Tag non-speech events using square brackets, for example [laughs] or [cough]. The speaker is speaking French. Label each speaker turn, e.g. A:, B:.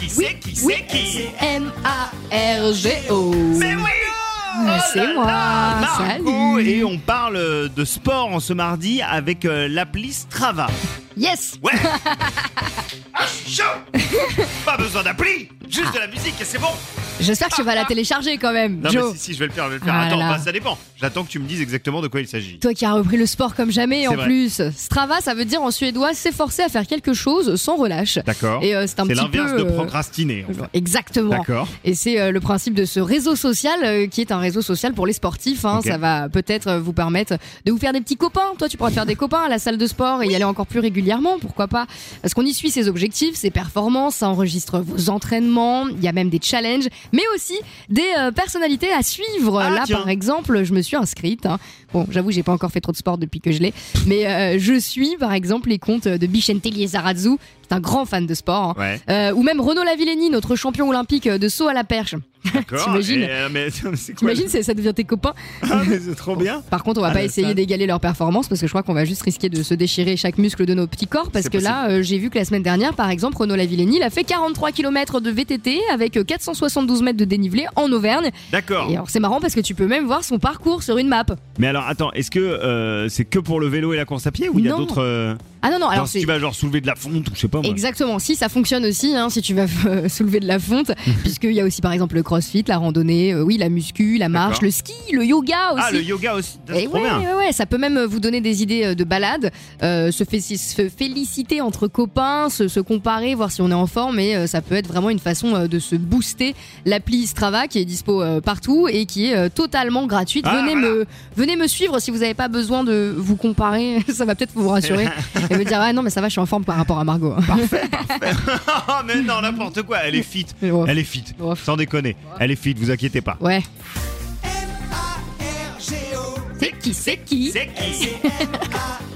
A: qui c'est qui c'est qui
B: M-A-R-G-O.
A: Mais oui
B: Mais
A: Oh
B: c'est
A: là
B: moi,
A: là, Margot,
B: Ah, salut.
A: Et on parle euh, de sport en ce mardi avec euh, l'appli Strava.
B: Yes
A: Ouais Ah, je suis
B: [laughs]
A: chaud Pas besoin d'appli Juste
B: Ah,
A: de la musique et c'est bon
B: J'espère que tu vas la télécharger quand même,
A: Ah, Non
B: Joe.
A: mais si, si, je vais le faire, je vais le faire.
B: Ah
A: Attends,
B: là.
A: bah, ça dépend. J'attends que tu me dises exactement de quoi il s'agit.
B: Toi qui as repris le sport comme jamais
A: C'est
B: en
A: vrai.
B: plus. Strava, ça veut dire en suédois s'efforcer à faire quelque chose sans relâche.
A: D'accord
B: Et euh, c'est un
A: C'est
B: petit peu.
A: l'inverse de
B: euh,
A: procrastiner. en fait.
B: Exactement.
A: D'accord.
B: Et c'est euh, le principe de ce réseau social euh, qui est un réseau social pour les sportifs. hein.
A: Ok.
B: Ça va peut-être euh, vous permettre de vous faire des petits copains. Toi, tu pourras te
A: [laughs]
B: faire des copains à la salle de sport et y aller encore plus régulièrement, pourquoi pas Parce qu'on y suit ses objectifs, ses performances, ça enregistre vos entraînements, il y a même des challenges, mais aussi des euh, personnalités à suivre.
A: Ah,
B: Là,
A: tiens.
B: par exemple, je me suis inscrite. hein. Bon, j'avoue, j'ai pas encore fait trop de sport depuis que je l'ai, mais euh, je suis, par exemple, les comptes de Bichente Liezarazu, qui est un grand fan de sport. hein. [laughs]
A: Ouais,
B: Euh, ou même Renaud Lavillenie, notre champion olympique euh, de saut à la perche.
A: d'accord.
B: T'imagines
A: Et, euh, mais [laughs] c'est quoi
B: T'imagines, c'est- ça devient tes copains.
A: Ah, mais c'est trop bien.
B: Par contre, on va
A: Ah,
B: pas
A: le
B: essayer
A: stade.
B: d'égaler leur performance parce que je crois qu'on va juste risquer de se déchirer chaque muscle de nos petits corps. Parce
A: C'est
B: que là, euh, j'ai vu que la semaine dernière, par exemple, Renaud Lavillenie, il a fait 43 km de VTT avec euh, 472 mètres de dénivelé en Auvergne.
A: D'accord.
B: Et alors, c'est marrant parce que tu peux même voir son parcours sur une map.
A: Mais alors, attends, est-ce que euh, c'est que pour le vélo et la course à pied ou il y a
B: Non.
A: d'autres. euh,
B: Ah non, non,
A: genre,
B: alors
A: si
B: c'est.
A: tu vas genre soulever de la fonte ou je sais pas moi.
B: Exactement, si ça fonctionne aussi, hein, si tu vas euh, soulever de la
A: [laughs]
B: fonte, puisqu'il y a aussi par exemple le crossfit, la randonnée, euh, oui, la muscu, la marche,
A: D'accord.
B: le ski, le yoga aussi.
A: Ah, le yoga aussi. C'est
B: Et
A: trop
B: ouais,
A: bien. [laughs]
B: ouais, ouais, ça peut même vous donner des idées euh, de balades, euh, se, fé- se féliciter entre copains, se, se comparer, voir si on est en forme, et euh, ça peut être vraiment une façon euh, de se booster. L'appli Strava qui est dispo euh, partout et qui est euh, totalement gratuite.
A: Ah,
B: venez,
A: voilà.
B: me, venez me suivre si vous n'avez pas besoin de vous comparer, [laughs] ça va peut-être vous rassurer [laughs] et me dire ah non mais ça va, je suis en forme par rapport à Margot.
A: Ah, mais non, n'importe quoi. Elle
B: [laughs]
A: est fit.
B: Oh.
A: Elle est fit.
B: Oh.
A: Sans déconner. Elle est fit, vous inquiétez pas.
B: Ouais. C'est qui, c'est qui
A: C'est qui